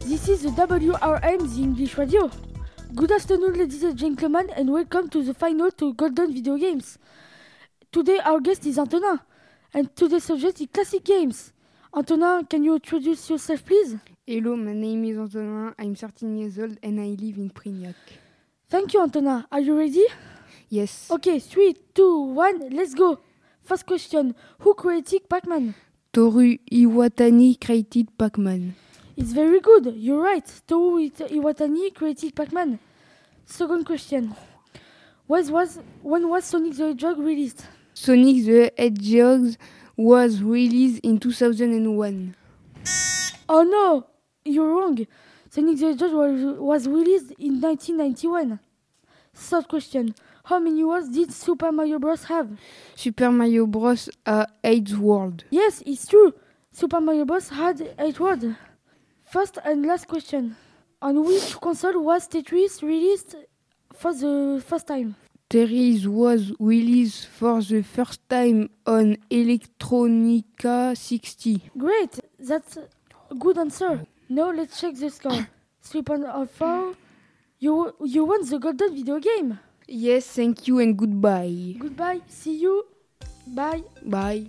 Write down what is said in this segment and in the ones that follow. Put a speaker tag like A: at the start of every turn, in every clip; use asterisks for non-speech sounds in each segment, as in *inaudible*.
A: This is the WRM, the English radio. Good afternoon, ladies and gentlemen, and welcome to the final to Golden Video Games. Today, our guest is Antonin, and today's subject is classic games. Antonin, can you introduce yourself, please?
B: Hello, my name is Antonin. I'm 13 years old and I live in Prignac.
A: Thank you, Antonin. Are you ready?
B: Yes.
A: Okay, three, two, one, let's go. First question Who created Pac Man?
B: Toru Iwatani created Pac-Man.
A: It's very good. You're right. Toru It- Iwatani created Pac-Man. Second question. Was was when was Sonic the Hedgehog released?
B: Sonic the Hedgehog was released in 2001.
A: Oh no, you're wrong. Sonic the Hedgehog was, was released in 1991. Third question. How many worlds did Super Mario Bros. have?
B: Super Mario Bros. a 8 world.
A: Yes, it's true. Super Mario Bros. had eight words. First and last question. On which console was Tetris released for the first time?
B: Terry's was released for the first time on Electronica 60.
A: Great, that's a good answer. Now let's check the score. *coughs* Three point oh four. You you won the golden video game.
B: Yes, thank you and goodbye.
A: Goodbye. See you. Bye.
B: Bye.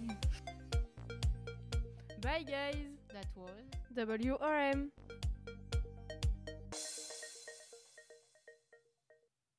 C: Bye, guys.
D: That was
C: WRM.